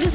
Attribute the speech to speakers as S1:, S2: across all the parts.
S1: this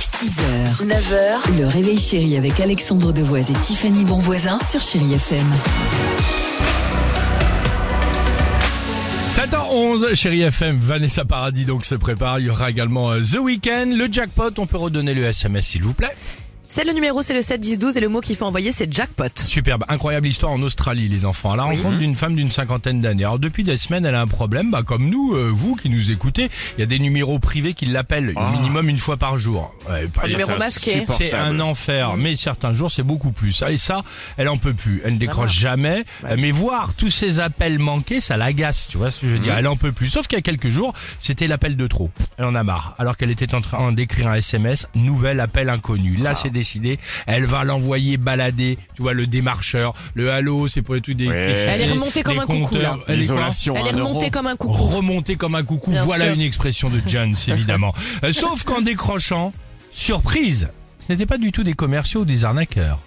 S2: 6h, 9h, le réveil chéri avec Alexandre Devoise et Tiffany Bonvoisin sur Chérie FM.
S3: 7h11, chérie FM, Vanessa Paradis donc se prépare. Il y aura également euh, The Weeknd, le jackpot. On peut redonner le SMS s'il vous plaît.
S4: C'est le numéro, c'est le 7 10 12 et le mot qu'il faut envoyer c'est jackpot.
S3: Superbe, incroyable histoire en Australie, les enfants. À la rencontre d'une femme d'une cinquantaine d'années. Alors depuis des semaines, elle a un problème. Bah comme nous, euh, vous qui nous écoutez, il y a des numéros privés qui l'appellent au minimum une fois par jour. Ouais, pas-
S4: Ah. Un numéro masqué.
S3: C'est un enfer, mais certains jours c'est beaucoup plus. Ah, Et ça, elle en peut plus. Elle ne décroche jamais. Euh, Mais voir tous ces appels manqués, ça l'agace. Tu vois ce que je veux dire Elle en peut plus. Sauf qu'il y a quelques jours, c'était l'appel de trop. Elle en a marre. Alors qu'elle était en train d'écrire un SMS, nouvel appel inconnu. Là, c'est décidé. Elle va l'envoyer balader. Tu vois le démarcheur, le halo, c'est pour les trucs d'électricité.
S4: Elle est remontée comme
S3: les
S4: un coucou,
S3: compteurs.
S4: là.
S3: Elle est quoi
S5: L'isolation,
S4: Elle est
S5: un euro.
S4: remontée comme un coucou.
S3: Remonter comme un coucou,
S4: Bien
S3: voilà
S4: sûr.
S3: une expression de Jones, évidemment. Euh, Sauf qu'en décrochant, surprise, ce n'était pas du tout des commerciaux ou des arnaqueurs.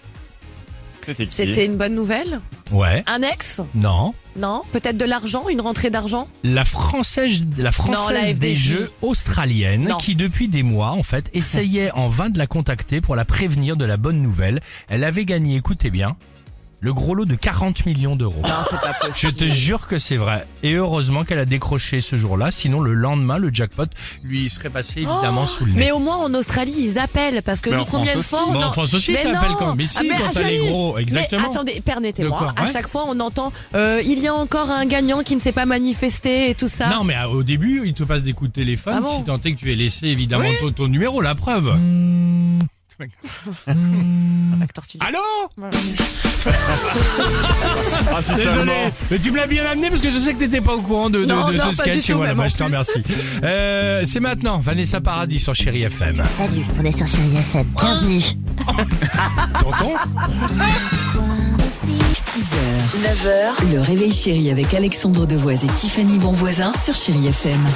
S5: C'était qui
S4: C'était une bonne nouvelle
S3: Ouais.
S4: Un ex
S3: Non.
S4: Non Peut-être de l'argent Une rentrée d'argent
S3: La française, la française
S4: Non, la
S3: des
S4: FDJ.
S3: jeux australienne
S4: Non.
S3: qui depuis des mois en fait essayait en vain de la contacter pour la prévenir de la bonne nouvelle. Elle avait gagné, écoutez bien, le gros lot de 40 millions d'euros. Je te jure que c'est vrai. Et heureusement qu'elle a décroché ce jour-là, sinon le lendemain le jackpot lui serait passé évidemment sous le nez.
S4: Oh. Mais au moins en Australie, ils appellent parce que
S5: Mais
S4: nous,
S5: en France
S4: combien de
S5: aussi.
S4: fois on
S3: Mais en
S4: en-
S3: France aussi,
S4: mais ah,
S3: t'appelles
S4: non.
S3: quand- mais si, quand
S4: à
S3: t'as les
S4: chaque-
S3: gros, exactement.
S4: Mais attendez,
S3: Le
S4: permettez-moi.
S3: quoi,
S4: À
S3: ouais.
S4: chaque fois, on entend euh, il y a encore un gagnant qui ne s'est pas manifesté et tout ça.
S3: Non, mais euh, au début, il te passe des coups de téléphone
S4: Ah bon
S3: si tant est que tu aies laissé évidemment ton, ton numéro, la preuve. Allô
S5: Ah, si
S3: Désolé,
S5: seulement.
S3: mais tu me l'as bien amené parce que je sais que t'étais pas au courant de, de-
S4: Non,
S3: de
S4: non,
S3: ce
S4: pas du
S3: sketch. et
S4: tout,
S3: voilà,
S4: même
S3: bah,
S4: en
S3: je te
S4: plus.
S3: remercie. Euh, c'est maintenant Vanessa Paradis sur Chéri FM.
S6: Salut, on est sur Chérie FM. Bienvenue.
S3: Tonton
S2: 6h, 9h, le réveil chéri avec Alexandre Devoise et Tiffany Bonvoisin sur Chérie FM.